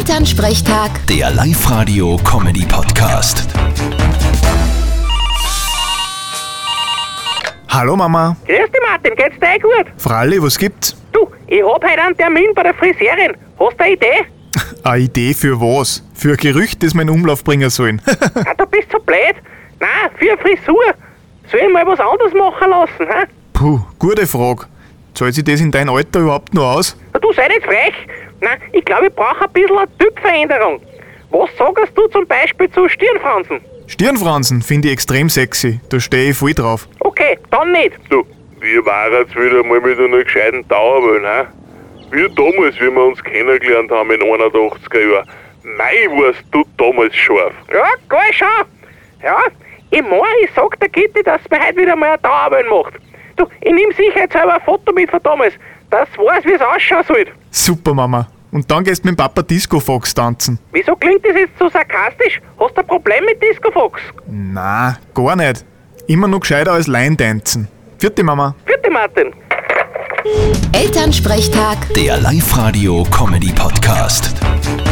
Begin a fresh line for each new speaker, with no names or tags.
Elternsprechtag,
Der Live-Radio-Comedy-Podcast.
Hallo Mama.
Grüß dich Martin, geht's dir eh gut?
Fralli, was gibt's?
Du, ich hab heute einen Termin bei der Friseurin. Hast du eine Idee?
Eine Idee für was? Für ein Gerücht, das wir in Umlauf bringen sollen.
Ah, du bist so blöd. Nein, für eine Frisur. Soll ich mal was anderes machen lassen, hä?
Puh, gute Frage. Zahlt sich das in deinem Alter überhaupt noch aus?
Na, Du sei nicht frech. Nein, ich glaube, ich brauche ein bisschen eine Typveränderung. Was sagst du zum Beispiel zu Stirnfransen?
Stirnfransen finde ich extrem sexy. Da stehe ich voll drauf.
Okay, dann nicht.
Du, wir waren jetzt wieder mal mit einer gescheiten Dauer wollen, hä? Wir damals, wie wir uns kennengelernt haben in 81er Jahren, mei, warst du damals scharf.
Ja, geil schon. Ja, ich mein, ich sag der Kitty, dass sie mir heute wieder mal eine Dauerwelle macht. Du, ich nehm sicherheitshalber ein Foto mit von damals. Das weiß, wie es ausschauen soll.
Super Mama. Und dann gehst mit dem Papa Disco Fox tanzen.
Wieso klingt das jetzt so sarkastisch? Hast du ein Problem mit Disco Fox?
Na, gar nicht. Immer nur gescheiter als Leintanzen. Vierte Mama.
Vierte Martin.
Elternsprechtag.
Der Live-Radio-Comedy-Podcast.